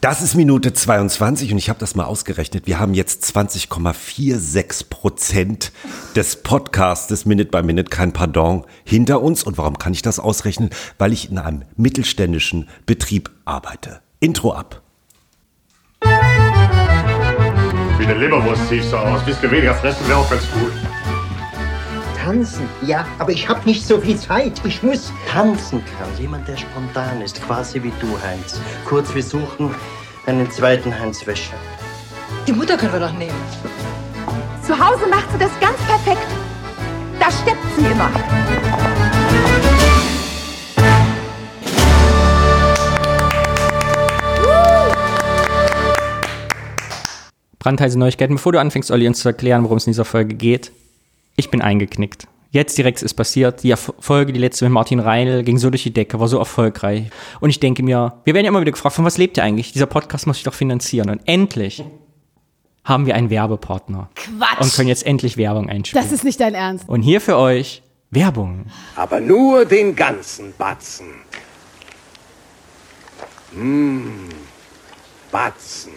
Das ist Minute 22 und ich habe das mal ausgerechnet. Wir haben jetzt 20,46 Prozent des Podcastes Minute by Minute, kein Pardon, hinter uns. Und warum kann ich das ausrechnen? Weil ich in einem mittelständischen Betrieb arbeite. Intro ab. Wie eine Leberwurst siehst du aus. Bisschen weniger fressen wäre auch ganz gut. tanzen. Ja, aber ich habe nicht so viel Zeit. Ich muss. tanzen kann. Jemand, der spontan ist, quasi wie du, Heinz. Kurz, wir suchen einen zweiten Heinz Wäscher. Die Mutter können wir doch nehmen. Zu Hause macht sie das ganz perfekt. Da steppt sie immer. brandheiße Neuigkeiten. Bevor du anfängst, Olli, uns zu erklären, worum es in dieser Folge geht, ich bin eingeknickt. Jetzt direkt ist passiert. Die Erf- Folge, die letzte mit Martin Reinl, ging so durch die Decke, war so erfolgreich. Und ich denke mir, wir werden ja immer wieder gefragt, von was lebt ihr eigentlich? Dieser Podcast muss sich doch finanzieren. Und endlich haben wir einen Werbepartner. Quatsch. Und können jetzt endlich Werbung einspielen. Das ist nicht dein Ernst. Und hier für euch Werbung. aber nur den ganzen Batzen. Hm, Batzen.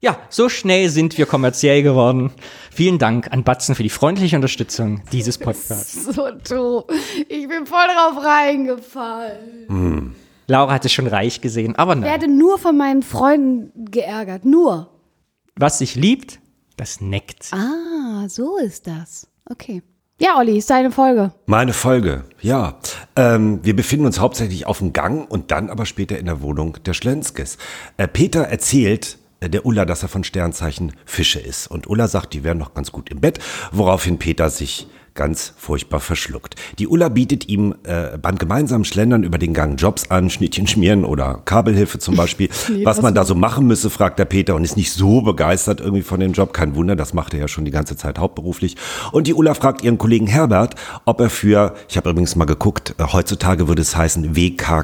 Ja, so schnell sind wir kommerziell geworden. Vielen Dank an Batzen für die freundliche Unterstützung dieses Podcasts. So doof. Ich bin voll drauf reingefallen. Laura hat es schon reich gesehen, aber Ich nein. werde nur von meinen Freunden geärgert. Nur. Was sich liebt, das neckt. Ah, so ist das. Okay. Ja, Olli, ist deine Folge. Meine Folge, ja. Ähm, wir befinden uns hauptsächlich auf dem Gang und dann aber später in der Wohnung der Schlenskes. Äh, Peter erzählt äh, der Ulla, dass er von Sternzeichen Fische ist. Und Ulla sagt, die wären noch ganz gut im Bett, woraufhin Peter sich ganz furchtbar verschluckt. Die Ulla bietet ihm äh, beim gemeinsamen Schlendern über den Gang Jobs an, Schnittchen schmieren oder Kabelhilfe zum Beispiel. was man da so machen müsse, fragt der Peter und ist nicht so begeistert irgendwie von dem Job. Kein Wunder, das macht er ja schon die ganze Zeit hauptberuflich. Und die Ulla fragt ihren Kollegen Herbert, ob er für, ich habe übrigens mal geguckt, äh, heutzutage würde es heißen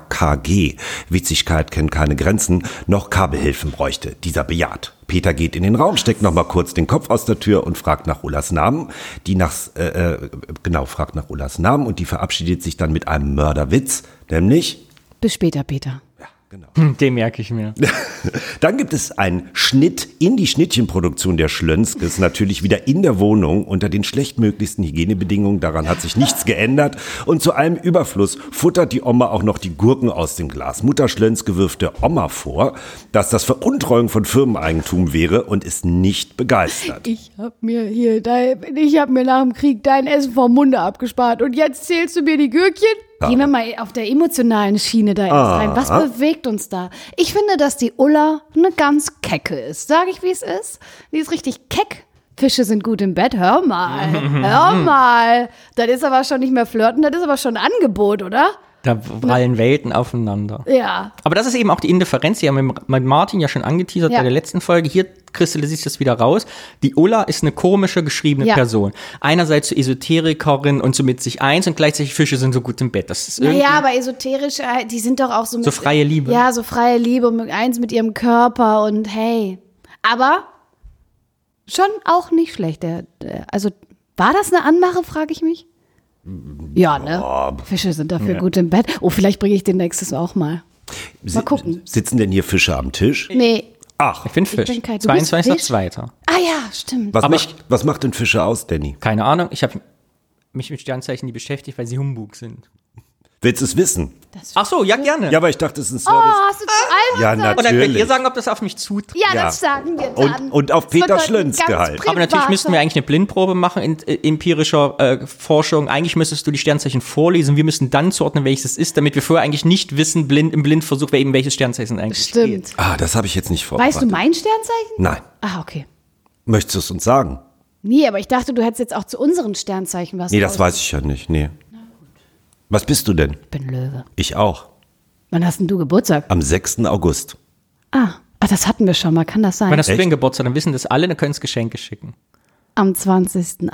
WKKG, Witzigkeit kennt keine Grenzen, noch Kabelhilfen bräuchte. Dieser bejaht. Peter geht in den Raum, steckt noch mal kurz den Kopf aus der Tür und fragt nach Ullas Namen. Die nach, äh, äh, genau, fragt nach Ullas Namen und die verabschiedet sich dann mit einem Mörderwitz, nämlich, Bis später, Peter. ja, genau. Den merke ich mir. Dann gibt es einen Schnitt in die Schnittchenproduktion der Schlönskes, natürlich wieder in der Wohnung unter den schlechtmöglichsten Hygienebedingungen. Daran hat sich nichts geändert. Und zu allem Überfluss futtert die Oma auch noch die Gurken aus dem Glas. Mutter Schlönske wirft der Oma vor, dass das Veruntreuung von Firmeneigentum wäre und ist nicht begeistert. Ich hab mir hier, dein, ich hab mir nach dem Krieg dein Essen vom Munde abgespart und jetzt zählst du mir die Gürkchen? Gehen wir mal auf der emotionalen Schiene da erst rein. Was bewegt uns da? Ich finde, dass die Ulla eine ganz kecke ist. Sag ich, wie es ist? Die ist richtig keck. Fische sind gut im Bett, hör mal. hör mal. Das ist aber schon nicht mehr flirten, das ist aber schon ein Angebot, oder? Da prallen Welten aufeinander. Ja. Aber das ist eben auch die Indifferenz, die haben wir mit Martin ja schon angeteasert Ja. bei der letzten Folge. Hier kristallisiert sich das wieder raus. Die Ulla ist eine komische, geschriebene Ja. Person. Einerseits so Esoterikerin und so mit sich eins und gleichzeitig Fische sind so gut im Bett. Das ist irgendwie Naja, aber esoterisch, äh, die sind doch auch so mit, so freie Liebe. Ja, so freie Liebe und mit- eins mit ihrem Körper und hey. Aber schon auch nicht schlecht. Der, der, also war das eine Anmache, frage ich mich? Ja, ne? Fische sind dafür gut im Bett. Oh, vielleicht bringe ich den nächstes auch mal. Si- gucken. Sitzen denn hier Fische am Tisch? Nee. Ach, Ich bin Fisch. bin kein- du bist 22.02. Ah ja, stimmt. was, Aber macht, was macht denn Fische aus, Danny? Keine Ahnung, ich habe mich mit Sternzeichen nie beschäftigt, weil sie Humbug sind. Willst du es wissen? Ach so, ja gerne. Ja, aber ich dachte, es ist ein Oh, Service. hast du zu Ja, allem gesagt? und dann könnt natürlich. ihr sagen, ob das auf mich zutrifft. Ja, Ja. das sagen wir dann. Und, und auf Das wird Peter heute Schlönske ganz halt. privat Aber natürlich müssten wir sein. eigentlich eine Blindprobe machen in äh, empirischer äh, Forschung. Eigentlich müsstest du die Sternzeichen vorlesen. Wir müssen dann zuordnen, welches es ist, damit wir vorher eigentlich nicht wissen, blind im Blindversuch, wer eben welches Sternzeichen eigentlich Stimmt. steht. Ah, das habe ich jetzt nicht vor. Weißt du mein Sternzeichen? Nein. Ah, okay. Möchtest du es uns sagen? Nee, aber ich dachte, du hättest jetzt auch zu unseren Sternzeichen was. Nee, das raus- weiß ich ja nicht. Nee. Was bist du denn? Ich bin Löwe. Ich auch. Wann hast denn du Geburtstag? Am 6. August. Ah, ah, das hatten wir schon mal. Kann das sein? Wenn das du Echt? den Geburtstag, dann wissen das alle, dann können es Geschenke schicken. Am 20.08.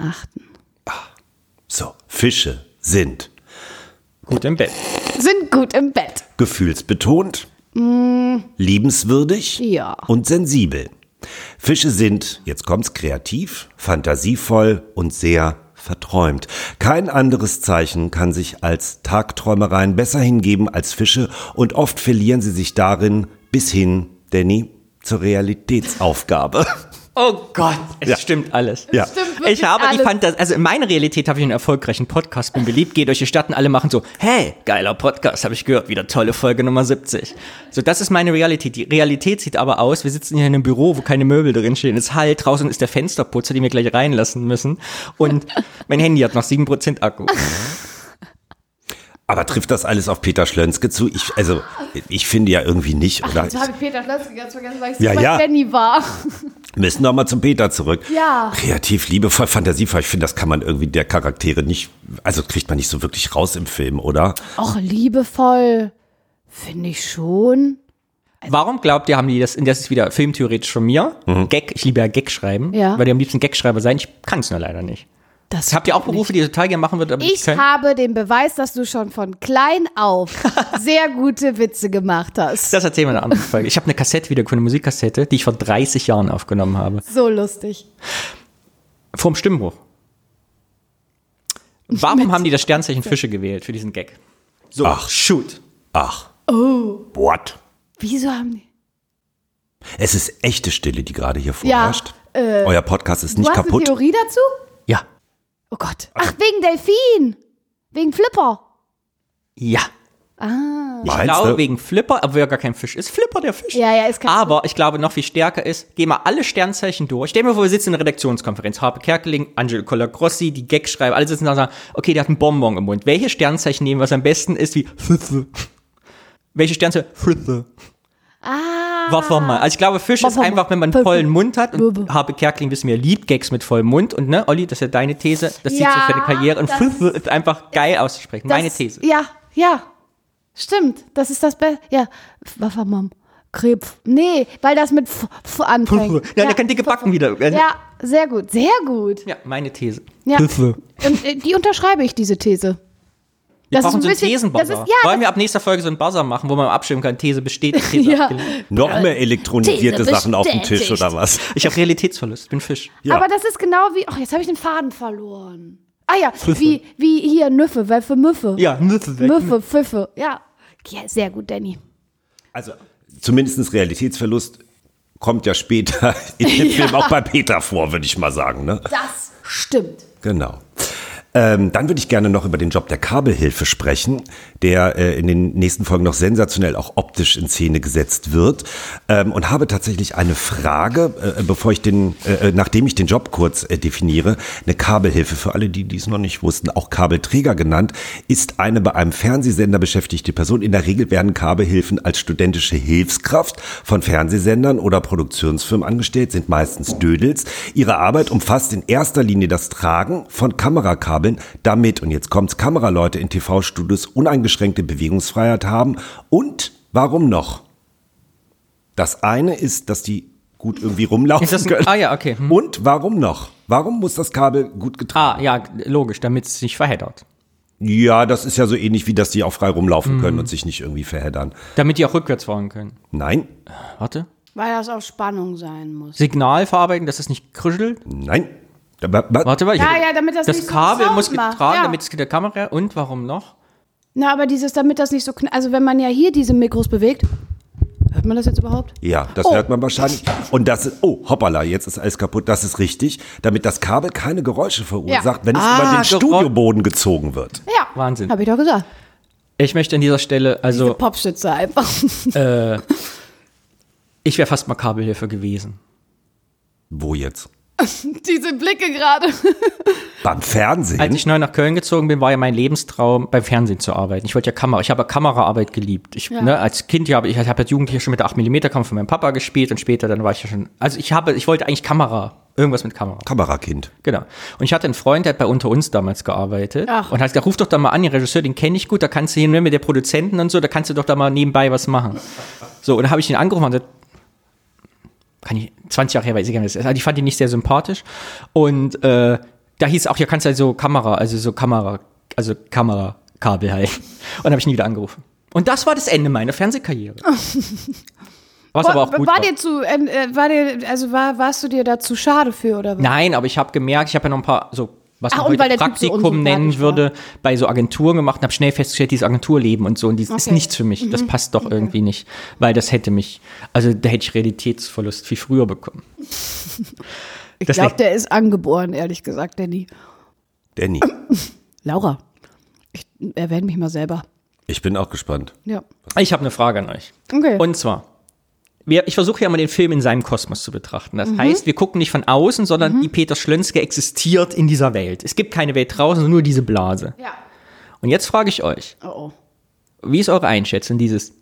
So, Fische sind Gut im Bett. Sind gut im Bett. gefühlsbetont, liebenswürdig Mm. Ja. und sensibel. Fische sind, jetzt kommt's, kreativ, fantasievoll und sehr verträumt. Kein anderes Zeichen kann sich als Tagträumereien besser hingeben als Fische und oft verlieren sie sich darin bis hin, Danny, zur Realitätsaufgabe. Oh Gott, es Ja. stimmt alles. Ja. Stimmt wirklich Ich habe die alles. Fantasie, also in meiner Realität habe ich einen erfolgreichen Podcast, bin beliebt, gehe durch die Stadt und alle machen so, hey, geiler Podcast, habe ich gehört, wieder tolle Folge Nummer 70. So, das ist meine Realität. Die Realität sieht aber aus, wir sitzen hier in einem Büro, wo keine Möbel drin stehen, es halt, draußen ist der Fensterputzer, den wir gleich reinlassen müssen und mein Handy hat noch 7% Akku. Also Aber trifft das alles auf Peter Schlönske zu? Ich, also, ich finde ja irgendwie nicht, oder? So habe ich Peter Schlötzke ganz vergessen, weil ich Also- Ja, super ja. Danny war. Müssen doch mal zum Peter zurück. Ja. Kreativ, liebevoll, fantasievoll. Ich finde, das kann man irgendwie der Charaktere nicht, also kriegt man nicht so wirklich raus im Film, oder? Och, liebevoll. Finde ich schon. Warum glaubt ihr, haben die das, das ist wieder filmtheoretisch von mir, Gag, ich liebe ja Gag schreiben, Ja. weil die am liebsten Gag-Schreiber sein, ich kann es nur leider nicht. Das Habt ihr auch Berufe, die ihr total gerne machen würdet, aber nicht Ich könnt? habe den Beweis, dass du schon von klein auf sehr gute Witze gemacht hast. Das erzählen wir in einer anderen Folge. Ich habe eine Kassette wieder, eine Musikkassette, die ich vor 30 Jahren aufgenommen habe. So lustig. Vorm Stimmbruch. Warum haben die das Sternzeichen Fische gewählt für diesen Gag? So, Ach. shoot. Ach. Oh. What? Wieso haben die? Es ist echte Stille, die gerade hier Ja, äh, vorherrscht. Euer Podcast ist nicht du hast eine kaputt. Theorie dazu? Ja. Oh Gott. Ach, wegen Delfin. Wegen Flipper. Ja. Ich Meinst glaube du? wegen Flipper, obwohl er gar kein Fisch ist. Flipper der Fisch. Ja, ja, ist kein Aber ich glaube, noch viel stärker ist, geh mal alle Sternzeichen durch. Stell dir mal vor, wir sitzen in der Redaktionskonferenz. Harpe Kerkeling, Angelo Colagrossi, die Gagschreiber, alle sitzen da und sagen, okay, der hat einen Bonbon im Mund. Welche Sternzeichen nehmen, was am besten ist, wie Flipper? Welche Sternzeichen? Flipper. Ah. Waffe mal. Also ich glaube, Fisch ist Waffe mal. einfach, wenn man einen Flipper. vollen Mund hat. Und Flipper. Harpe Kerkeling, wissen wir, liebt Gags mit vollem Mund. Und ne, Olli, das ist ja deine These. Das sieht Ja, so für deine Karriere. Und das- Flipper ist einfach geil auszusprechen. Meine Das- These. Ja, ja. Stimmt. Das ist das Beste. Ja. Waffermam. Krebs. Nee, weil das mit F, F Ja, anfängt. der ne? kann dicke Backen wieder. äh, Ja, sehr gut. Sehr gut. Ja, meine These. Ja. Hilfe. Und äh, die unterschreibe ich, diese These. Wir Das ist brauchen ein so einen bisschen- Thesenbuzzer. das ist- ja, Wollen das- wir ab nächster Folge so einen Buzzer machen, wo man abstimmen kann, These bestätigt, These Ja. abgelehnt. Noch mehr elektronisierte Sachen auf dem Tisch oder was? Ich habe Realitätsverlust, bin Fisch. Ja. Aber das ist genau wie. Oh, jetzt habe ich den Faden verloren. Ah ja, wie, wie hier Nüffe, weil für Müffe. Ja, Nüsse weg. Müffe, Pfiffe. Ja. ja. Sehr gut, Danny. Also, zumindest Realitätsverlust kommt ja später in dem Film auch bei Peter vor, würde ich mal sagen. Ne? Das stimmt. Genau. Ähm, dann würde ich gerne noch über den Job der Kabelhilfe sprechen, der äh, in den nächsten Folgen noch sensationell auch optisch in Szene gesetzt wird. Ähm, und habe tatsächlich eine Frage, äh, bevor ich den, äh, äh, nachdem ich den Job kurz äh, definiere. Eine Kabelhilfe für alle, die dies noch nicht wussten, auch Kabelträger genannt, ist eine bei einem Fernsehsender beschäftigte Person. In der Regel werden Kabelhilfen als studentische Hilfskraft von Fernsehsendern oder Produktionsfirmen angestellt, sind meistens Dödels. Ihre Arbeit umfasst in erster Linie das Tragen von Kamerakabeln, damit, und jetzt kommt's, Kameraleute in TV-Studios uneingeschränkte Bewegungsfreiheit haben. Und warum noch? Das eine ist, dass die gut irgendwie rumlaufen Ist das ein- können. ah ja, okay, hm. Und warum noch? Warum muss das Kabel gut getragen Ah, ja, logisch, damit es nicht verheddert. ja, das ist ja so ähnlich wie, dass die auch frei Mhm. rumlaufen können und sich nicht irgendwie verheddern. Damit die auch rückwärts fahren können. Nein, Warte. Weil das auf Spannung sein muss. Signal verarbeiten, dass es nicht krischelt. nein. Aber- aber- Warte mal. ich- Ja, ja, damit das nicht so Kabel Sound muss macht, getragen, ja. damit es der Kamera. Und warum noch? Na, aber dieses, damit das nicht so knallt. Also, wenn man ja hier diese Mikros bewegt. Hört man das jetzt überhaupt? Ja, das Oh. hört man wahrscheinlich. Und das ist, oh, hoppala, jetzt ist alles kaputt. Das ist richtig, damit das Kabel keine Geräusche verursacht, wenn es Ah, über den Geräusch- Studioboden gezogen wird. Ja. Wahnsinn. Hab ich doch gesagt. Ich möchte an dieser Stelle, also. Popschütze einfach. Ich wäre fast mal Kabelhilfe gewesen. Wo jetzt? diese Blicke gerade. Beim Fernsehen? Als ich neu nach Köln gezogen bin, war ja mein Lebenstraum, beim Fernsehen zu arbeiten. Ich wollte ja Kamera, ich habe Kameraarbeit geliebt. Ich, ne, als Kind ja, aber ich habe als Jugendlicher schon mit der 8mm Kamera von meinem Papa gespielt und später dann war ich ja schon, also ich habe, ich wollte eigentlich Kamera, irgendwas mit Kamera. Kamerakind. Genau. Und ich hatte einen Freund, der hat bei Unter uns damals gearbeitet Ach. und hat gesagt, ruf doch da mal an, den Regisseur, den kenne ich gut, da kannst du hin ne, mit der Produzenten und so, da kannst du doch da mal nebenbei was machen. So, und dann habe ich ihn angerufen und gesagt, kann ich, 20 Jahre her, weiß ich gar nicht, was das ist. Also ich fand ihn nicht sehr sympathisch und äh, da hieß auch, ja, kannst du halt so Kamera, also so Kamera, also Kamerakabel halt. Und dann habe ich ihn wieder angerufen. Und das war das Ende meiner Fernsehkarriere. Was aber auch gut war dir zu, ähm, äh, war dir, also war, warst du dir da zu schade für oder was? Nein, aber ich habe gemerkt, ich habe ja noch ein paar so was Ah, man und weil heute der Typ so Praktikum unsympathisch nennen war. würde, bei so Agenturen gemacht und habe schnell festgestellt, dieses Agenturleben und so. Und dies ist Okay. Mhm. nichts für mich. Das passt doch irgendwie nicht. Weil das hätte mich, also da hätte ich Realitätsverlust viel früher bekommen. Ich Das glaube, liegt- der ist angeboren, ehrlich gesagt, Danny. Danny, Laura, ich erwähne mich mal selber. ich bin auch gespannt. Ja. Ich habe eine Frage an euch. Okay. Und zwar, wir, ich versuche ja mal den Film in seinem Kosmos zu betrachten. Mhm. Das heißt, wir gucken nicht von außen, sondern die Peter Schlönske existiert in dieser Welt. Es gibt keine Welt draußen, sondern nur diese Blase. ja. Und jetzt frage ich euch, Oh, oh. wie ist eure Einschätzung dieses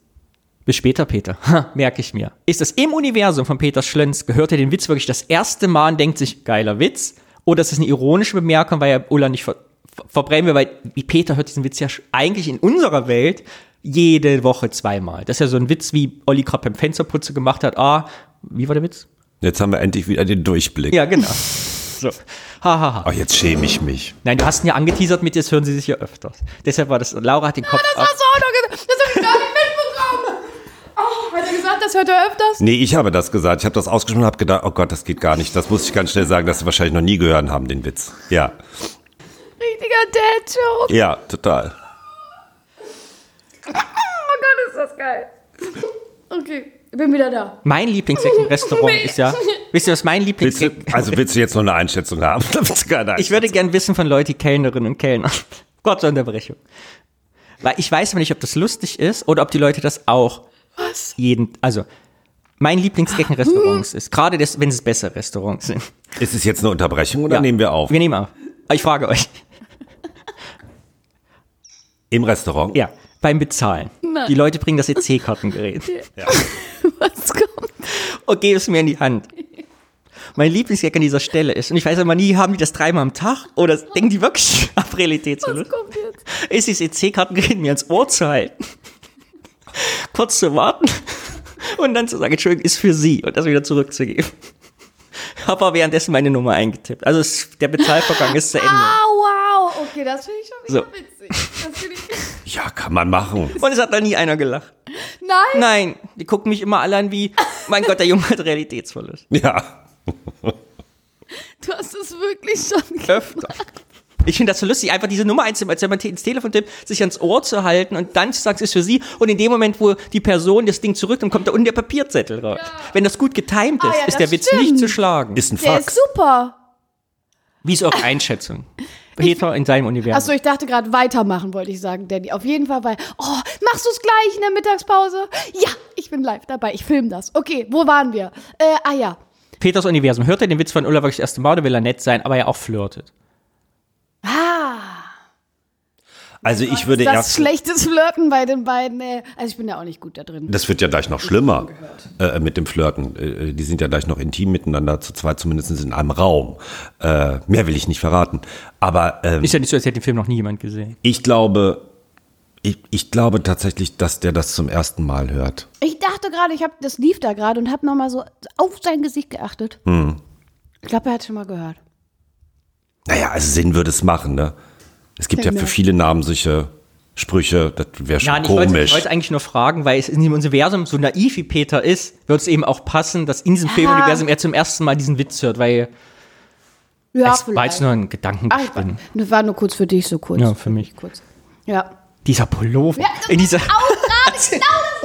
bis später, Peter. Ha, merke ich mir. Ist es im Universum von Peter Schlönske, hört er den Witz wirklich das erste Mal und denkt sich, geiler Witz? Oder ist es eine ironische Bemerkung, weil er Ulla nicht ver ver verbrennen will? Weil Peter hört diesen Witz ja sch- eigentlich in unserer Welt jede Woche zweimal. Das ist ja so ein Witz, wie Olli Krapp beim Fensterputze gemacht hat. Ah, wie war der Witz? Jetzt haben wir endlich wieder den Durchblick. Ja, genau. So. Ha, ha, ha. Oh, jetzt schäme ich mich. Nein, du hast ihn ja angeteasert mit, jetzt hören sie sich ja öfters. Deshalb war das, Laura hat den Kopf ab. Ah, Das auch noch gesagt. Das habe ich gar nicht mitbekommen. Oh, hat er gesagt, das hört er öfters? Nee, ich habe das gesagt. Ich habe das ausgesprochen und habe gedacht, oh Gott, das geht gar nicht. Das muss ich ganz schnell sagen, dass sie wahrscheinlich noch nie gehört haben, den Witz. Ja, Richtiger Dad-Joke. ja, total. Oh Gott, ist das geil. Okay, ich bin wieder da. Mein Lieblingsgag im Restaurant ist ja. Wisst ihr, was mein Willst du, Lieblingsgag also willst du jetzt noch eine Einschätzung haben? Keine Ich würde gern wissen von Leuten, die Kellnerinnen und Kellner. Gott sei Unterbrechung. Weil ich weiß aber nicht, ob das lustig ist oder ob die Leute das auch Was? jeden. Also, mein Lieblingsgag in Restaurants ist, gerade das, wenn es bessere Restaurants sind. Ist es jetzt eine Unterbrechung oder Ja. nehmen wir auf? Wir nehmen auf. Ich frage euch. Im Restaurant? Ja, beim Bezahlen. Die Leute bringen das eh EC-Kartengerät. Was kommt? und gebe es mir in die Hand. Mein Lieblingsgag an dieser Stelle ist, und ich weiß aber nie, haben die das dreimal am Tag oder denken die wirklich ab Realitätsverlust? kommt jetzt? Ist dieses EC-Kartengerät mir ans Ohr zu halten, kurz zu warten und dann zu sagen, Entschuldigung, ist für Sie und das wieder zurückzugeben. Hab aber währenddessen meine Nummer eingetippt. Also es, der Bezahlvorgang ist zu Ende. Ah, wow. Okay, das finde ich schon wieder So. witzig. Das finde ich... Ja, kann man machen. Und es hat noch nie einer gelacht. Nein. Nein, die gucken mich immer alle an wie, mein Gott, der Junge hat Realitätsverlust. Ja. Du hast es wirklich schon öfter. Ich finde das so lustig, einfach diese Nummer einzunehmen, als wenn man te- ins Telefon tippt, sich ans Ohr zu halten und dann zu sagen, es ist für sie. Und in dem Moment, wo die Person das Ding zurücknimmt, kommt da unten der Papierzettel raus. Wenn das gut getimt ist, Ah, ja, ist der das Witz stimmt. nicht zu schlagen. Ist ein Der Fax. ist super. Wie ist eure Einschätzung? Peter in seinem Universum. Achso, ich dachte gerade weitermachen, wollte ich sagen, Danny. Auf jeden Fall bei. Oh, machst du es gleich in der Mittagspause? Ja, ich bin live dabei. Ich filme das. Okay, wo waren wir? Äh, ah ja. Peters Universum. Hört er den Witz von Ulla wirklich das erste Mal, oder will er nett sein, aber er auch flirtet? Also ich würde Das erst. schlechtes Flirten bei den beiden. Äh, also ich bin da auch nicht gut da drin. Das wird ja gleich noch schlimmer äh, mit dem Flirten. Äh, die sind ja gleich noch intim miteinander, zu zweit zumindest in einem Raum. Äh, mehr will ich nicht verraten. Aber ähm, Ist ja nicht so, als hätte den Film noch nie jemand gesehen. ich glaube, ich, ich glaube tatsächlich, dass der das zum ersten Mal hört. Ich dachte gerade, ich habe das lief da gerade und habe nochmal so auf sein Gesicht geachtet. Hm. Ich glaube, er hat schon mal gehört. Naja, also Sinn würde es machen, ne? Es gibt ja für viele Namen solche Sprüche, das wäre schon Ja, und ich wollte, komisch. ich wollte eigentlich nur fragen, weil es in dem Universum, so naiv wie Peter ist, wird es eben auch passen, dass in diesem Filmuniversum er zum ersten Mal diesen Witz hört, weil Ja, es war jetzt nur ein Gedankengespenst. Ach, das war nur kurz für dich, so kurz. Ja, für mich. Kurz. Ja. Dieser Pullover. in dieser auch gerade, genau das gleiche wollte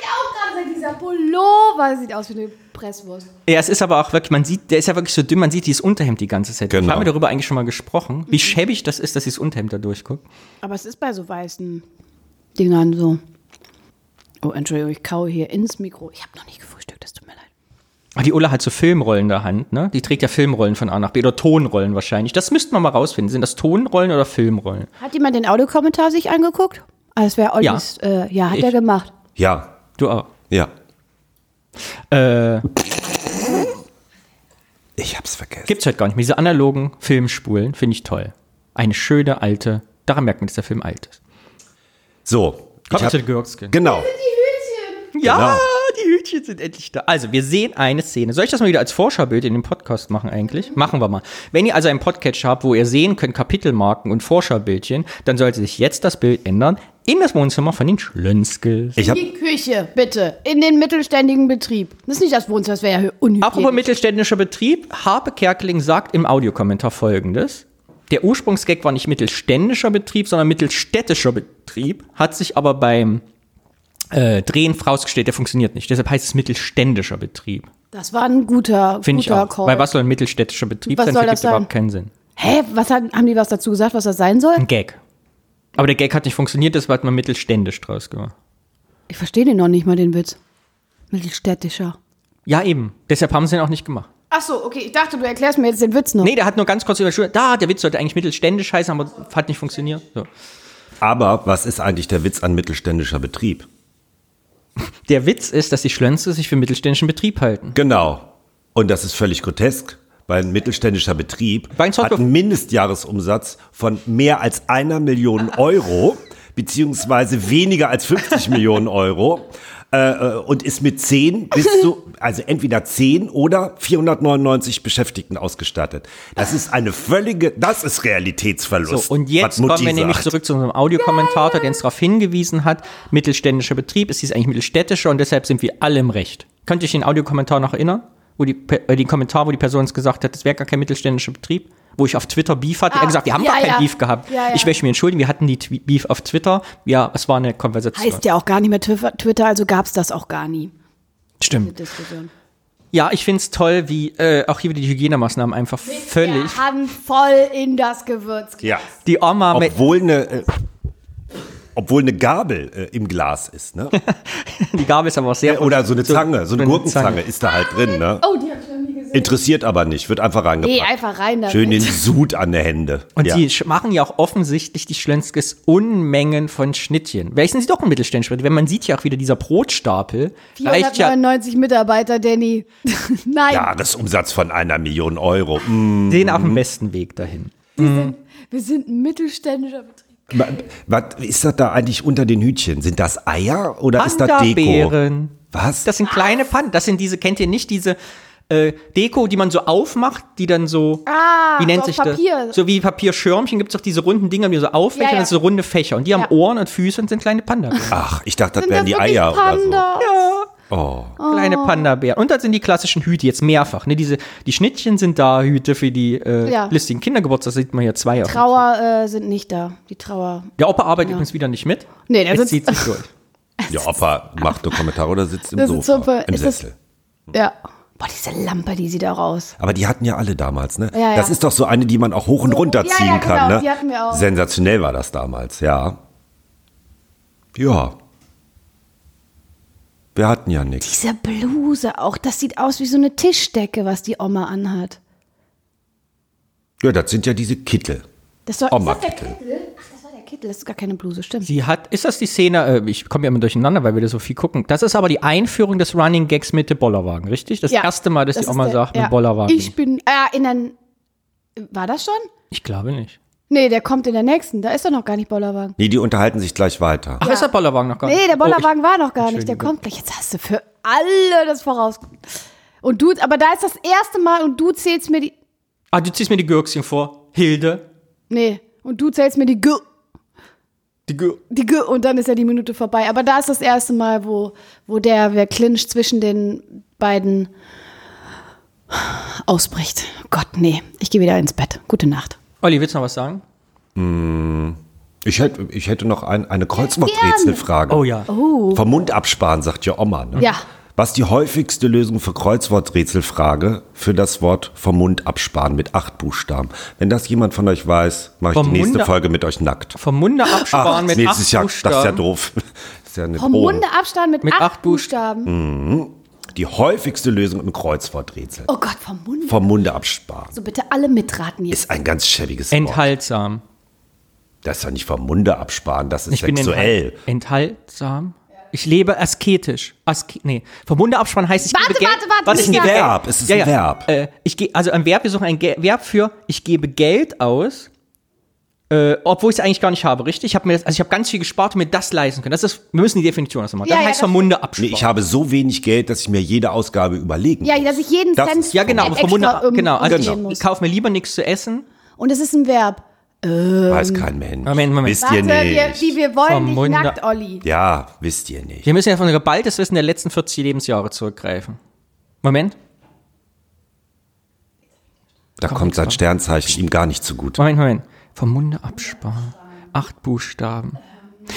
ich auch gerade sagen. Dieser Pullover sieht aus wie eine Presswurst. ja, es ist aber auch wirklich, man sieht, der ist ja wirklich so dünn, man sieht dieses Unterhemd die ganze Zeit. Genau. Haben wir darüber eigentlich schon mal gesprochen, Mhm. wie schäbig das ist, dass dieses Unterhemd da durchguckt. Aber es ist bei so weißen Dingern so. Oh, Entschuldigung, ich kaue hier ins Mikro. Ich habe noch nicht gefrühstückt, das tut mir leid. Ah, die Ulla hat so Filmrollen in der Hand, ne? Die trägt ja Filmrollen von A nach B oder Tonrollen wahrscheinlich. Das müssten wir mal rausfinden. Sind das Tonrollen oder Filmrollen? Hat jemand den Audiokommentar sich angeguckt? Als wäre Ollis. Ja, äh, ja hat Ich. er gemacht. ja, Du auch. ja. Äh, Ich hab's vergessen. gibt's heute gar nicht mehr. Diese analogen Filmspulen finde ich toll. Eine schöne alte, daran merkt man, dass der Film alt ist. so. ich Kommt hab- zu den Gürkschen. Genau. Ja, Genau. die Hütchen sind endlich da. Also, wir sehen eine Szene. Soll ich das mal wieder als Vorschaubild in den Podcast machen eigentlich? Machen wir mal. Wenn ihr also einen Podcast habt, wo ihr sehen könnt Kapitelmarken und Vorschaubildchen, dann sollte sich jetzt das Bild ändern in das Wohnzimmer von den Schlönskels. Ich hab, Die Küche, bitte. In den mittelständigen Betrieb. Das ist nicht das Wohnzimmer, das wäre ja Apropos unhygienisch. mittelständischer Betrieb, Harpe Kerkeling sagt im Audiokommentar folgendes. Der Ursprungsgag war nicht mittelständischer Betrieb, sondern mittelstädtischer Betrieb, hat sich aber beim äh, Drehen rausgestellt, der funktioniert nicht. Deshalb heißt es mittelständischer Betrieb. Das war ein guter, Finde ich guter auch. Call. Weil was soll ein mittelstädtischer Betrieb Was sein? soll Ergibt das sein? überhaupt keinen Sinn. Hä, was hat, haben die was dazu gesagt, was das sein soll? Hm. Ein Gag. Aber der Gag hat nicht funktioniert, deshalb hat man mittelständisch draus gemacht. Ich verstehe den noch nicht mal, den Witz. Mittelstädtischer. Ja, eben. Deshalb haben sie ihn auch nicht gemacht. Ach so, okay, ich dachte, du erklärst mir jetzt den Witz noch. Nee, der hat nur ganz kurz überschrieben. Da, der Witz sollte eigentlich mittelständisch heißen, aber hat nicht funktioniert. So. Aber was ist eigentlich der Witz an mittelständischer Betrieb? Der Witz ist, dass die Schlönze sich für mittelständischen Betrieb halten. Genau. Und das ist völlig grotesk, weil ein mittelständischer Betrieb Bei den hat Software- einen Mindestjahresumsatz von mehr als einer Million Euro, beziehungsweise weniger als 50 Millionen Euro. Äh, äh, und ist mit 10 bis zu, also entweder 10 oder 499 Beschäftigten ausgestattet. Das ist eine völlige, das ist So, Realitätsverlust. und jetzt was Mutti kommen wir nämlich sagt. zurück zu unserem Audiokommentator, der uns darauf hingewiesen hat, mittelständischer Betrieb, es hieß eigentlich mittelstädtischer und deshalb sind wir alle im Recht. Könnt ihr euch den Audiokommentar noch erinnern? Wo die, Pe- äh, den Kommentar, wo die Person uns gesagt hat, das wäre gar kein mittelständischer Betrieb? Wo ich auf Twitter Beef hatte. er hat gesagt, wir haben Ah, ja, gar kein ja. Beef gehabt. Ja, ja. Ich möchte mich entschuldigen, wir hatten die Twi- Beef auf Twitter. Ja, es war eine Konversation. Heißt ja auch gar nicht mehr Twi- Twitter, also gab es das auch gar nie. Stimmt. Diskussion. Ja, ich find's toll, wie äh, auch hier wieder die Hygienemaßnahmen einfach völlig. Wir haben voll in das Gewürz. Ja. Die Oma mit, Obwohl eine, äh, obwohl eine Gabel äh, im Glas ist, ne? die Gabel ist aber auch sehr. Äh, Oder so eine Zange, so eine Gurkenzange ist da halt drin, ne? Oh, die habe ich noch nie gesehen. Interessiert aber nicht, wird einfach reingepackt. Nee, einfach rein damit. Schön den Sud an der Hände. Und ja. die sch- machen ja auch offensichtlich die Schlönskes Unmengen von Schnittchen. Vielleicht sind sie doch ein mittelständisch, weil man sieht ja auch wieder dieser Brotstapel. Reicht ja, 499 Mitarbeiter, Danny. Nein, ne? Jahresumsatz von einer Million Euro. Mm. den auf dem besten Weg dahin. wir sind ein mittelständischer Betrieb. Wa- Was ist das da eigentlich unter den Hütchen? Sind das Eier oder ist das Deko? Panda-Beeren. Was? Das sind kleine Pfanden. Das sind diese, kennt ihr nicht, diese äh, Deko, die man so aufmacht, die dann so. Ah, wie nennt so sich auf Papier. das? So wie Papierschirmchen gibt es doch diese runden Dinger, die man so aufwächern, Ja, ja. das sind so runde Fächer. Und die haben Ja. Ohren und Füße und sind kleine Panda. Ach, ich dachte, das Sind wären das die wirklich Eier oder Oh, Panda? Oh. Kleine Panda-Bären. Und das sind die klassischen Hüte, jetzt mehrfach. Ne? Diese, die Schnittchen sind da, Hüte für die äh, Ja. listigen Kindergeburtstag, sieht man hier zwei. auf dem Tisch. Trauer äh, sind nicht da. Die Trauer. Der Opa arbeitet übrigens wieder nicht mit. Nee, der es sitzt- zieht sich durch. Ja, Opa macht einen Kommentar oder sitzt im Das ist Sofa, super. im Ist das- Sessel. Ja. Boah, diese Lampe, die sieht auch aus. Aber die hatten ja alle damals, ne? Ja, ja. Das ist doch so eine, die man auch hoch und runter ja, ja, ziehen kann, genau, ne? die hatten wir auch. Sensationell war das damals, ja. Ja. Wir hatten ja nichts. Diese Bluse auch, das sieht aus wie so eine Tischdecke, was die Oma anhat. Ja, das sind ja diese Kittel. Das soll, Oma ist das der Kittel. Kittel? Ach, das war der Kittel, das ist gar keine Bluse, stimmt. Die hat, ist das die Szene, äh, ich komme ja immer durcheinander, weil wir da so viel gucken. Das ist aber die Einführung des Running Gags mit dem Bollerwagen, richtig? Das Ja, erste Mal, dass das die ist Oma der- sagt, ja. mit Bollerwagen. Ich bin, äh, in der, war das schon? Ich glaube nicht. Nee, der kommt in der nächsten, da ist doch noch gar nicht Bollerwagen. Nee, die unterhalten sich gleich weiter. Ach, ist der Bollerwagen noch gar nicht? Nee, der Bollerwagen oh, war noch gar nicht. Der Entschuldige. kommt gleich. Jetzt hast du für alle das voraus. Und du, aber da ist das erste Mal und du zählst mir die. ich, ah, du ziehst mir die Gürkschen vor. Hilde. Nee, und du zählst mir die G, Die Gür die G und dann ist ja die Minute vorbei. Aber da ist das erste Mal, wo, wo der, der Clinch zwischen den beiden ausbricht. Gott, nee. Ich gehe wieder ins Bett. Gute Nacht. Olli, willst du noch was sagen? Ich hätte, ich hätte noch ein, eine Kreuzworträtselfrage. Oh ja. Vom Mund absparen, sagt ja Oma. Ne? Ja. Was die häufigste Lösung für Kreuzworträtselfrage für das Wort vom Mund absparen mit acht Buchstaben? Wenn das jemand von euch weiß, mache ich Vom die nächste Munde- Folge mit euch nackt. Vom Munde absparen mit nee, acht das, ist ja, das ist Buchstaben. ja doof. Das ist ja eine Vom Drohung. Munde abstand mit, Oh. Mit acht, acht Hm. Buchst- Buchstaben. Die häufigste Lösung im Kreuzworträtsel. Oh Gott, vom Munde. Vom Munde absparen. so bitte alle mitraten jetzt. Ist ein ganz schäbiges Wort. Enthaltsam. Das ist ja nicht vom Munde absparen, das ist Ich bin sexuell. enthal- enthaltsam. Ich lebe asketisch. Aske nee, vom Munde abspannen heißt ich Warte, gebe Geld. warte, warte, Was nicht ich gebe sagen. Geld. Verb, es ist ein Verb. Äh, ich gehe also ein Verb, wir suchen ein Ge Verb für ich gebe Geld aus. Äh, obwohl ich es eigentlich gar nicht habe, richtig? Ich habe mir das, also ich habe ganz viel gespart und mir das leisten können. Das ist wir müssen die Definition erstmal machen. Ja, das ja, heißt das- vom Munde absparen. Nee, ich habe so wenig Geld, dass ich mir jede Ausgabe überlegen Ja, muss. dass ich jeden Das Cent ist- ja, genau, extra vom Munde ab. um- Genau, also umdrehen ich, muss. ich kaufe mir lieber nichts zu essen. Und es ist ein Verb. Weiß kein Mensch. Moment, Moment. Wisst ihr ähm, Warte, wir, nicht. die wir wollen Vom dich Munde- nackt, Olli. Ja, wisst ihr nicht. Wir müssen ja auf unser geballtes Wissen der letzten 40 Lebensjahre zurückgreifen. Moment. Da kommt sein Sternzeichen ihm gar nicht zugute. Moment, Moment. Vom Munde absparen. Acht Buchstaben.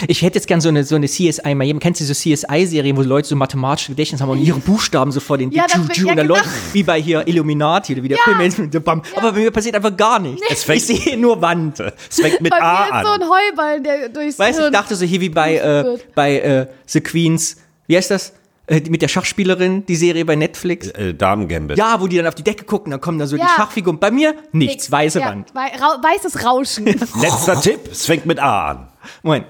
Ich hätte jetzt gern so eine, so eine CSI Miami. Kennst du diese CSI-Serien, wo Leute so mathematische Gedächtnis haben und ihre Buchstaben so vor den Ja, das Ju- wird- Ju- ja, und dann genau. läuft wie bei hier Illuminati oder wie der Film ist. mit dem Bam. Aber bei mir passiert einfach gar nichts. fängt- Ich sehe nur Wand. Es fängt mit Bei mir A ist an. so ein Heuballen, der durchs Ah, Weißt du, Hirn... ich dachte so hier wie bei, äh, wird. bei äh, The Queens. Wie heißt das? Äh, die- mit der Schachspielerin, die Serie bei Netflix. äh, Damengambit. Ja, wo die dann auf die Decke gucken, dann kommen da so Ja. die Schachfiguren. Bei mir nichts, weiße Ja, Wand. wei- rau- weißes Rauschen. Letzter Tipp. Es fängt mit A an. Moment.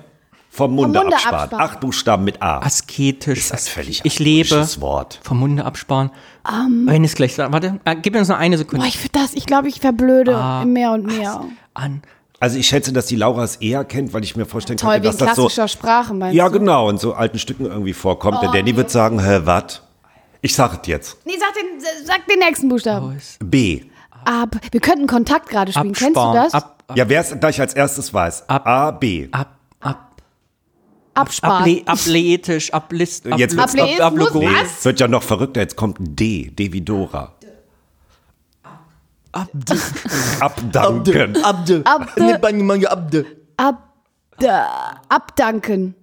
Vom Munde, Munde absparen. absparen. Acht Buchstaben mit A. Asketisch. ist das völlig Ich lebe abstruses Wort. vom Munde absparen. Ähm. Wenn es gleich Warte, äh, gib mir uns noch eine Boah, Sekunde. ich, das, ich glaube, ich verblöde mehr und mehr. An. Also ich schätze, dass die Laura es eher kennt, weil ich mir vorstellen Toll, kann, wegen dass das so klassischer Oh. Sprache meinst Ja, du? genau, in so alten Stücken irgendwie vorkommt. Der Danny wird sagen, hä, wat? Ich sag es jetzt. Nee, sag den, sag den nächsten Buchstaben. B. Ab. Wir könnten Kontakt gerade spielen. Kennst du Absparen. das? Ab, ab, Ja, wer es gleich als erstes weiß. A, B. ab, ab, Absparen. able, abletisch, ablist, ab, Jetzt wird's- Ableist- ablogo- muss- Nee, Was? wird ja noch verrückter. Jetzt kommt D. D wie Dora. Abde. Abdanken. Abde. Abde. Nimmt man jemanden Abde. Ab, da, abdanken.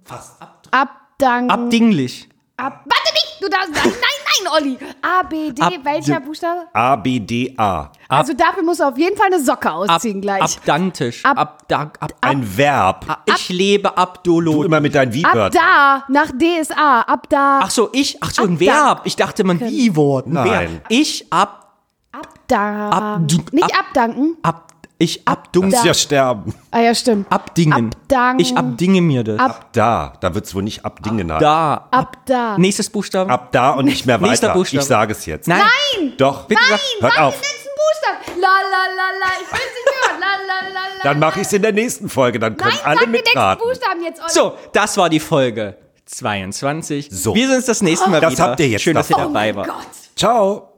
Abdanken. Abdinglich. ab, warte nicht, du darfst. Nein, nein, nein, Olli. A, B, D, Ab- welcher Buchstabe? A, B, D, A. also dafür musst du auf jeden Fall eine Socke Ab, ausziehen gleich. abdantisch. Ab- Ab, ab, ab, Ein Verb. ich lebe Du Abdolo. immer mit deinen ab Wie-Wörtern. da, nach D ist A. Ab da, Ach so, ich, ach so, ein Abdanken. Verb. Ich dachte, man wie Wort. ein Nein. Verb. Ich ab, ab da. Ab- du- nicht ab- abdanken. ab, ich abdung, Muss ja sterben. Ah ja, stimmt. abdingen. Abdanken. Ich abdinge mir das. Ab- Da. Da wird's wohl nicht abdingen heißen. da. Ab da. Nächstes Buchstabe. Ab da und nicht mehr Nächster weiter. Buchstabe. Ich sage es jetzt. Nein. Doch. Bitte sag- Nein, Hört sag auf. den letzten Buchstaben. La la la la, ich will es nicht hören. La la la la. Dann mache ich es in der nächsten Folge. Dann können Nein, alle sag den nächsten mitraten. Buchstaben jetzt. Oh, Olli. So, das war die Folge 22. So. Wir sehen uns das nächste Mal Das wieder. habt ihr jetzt Schön, dass ihr davon. dabei wart. Ciao.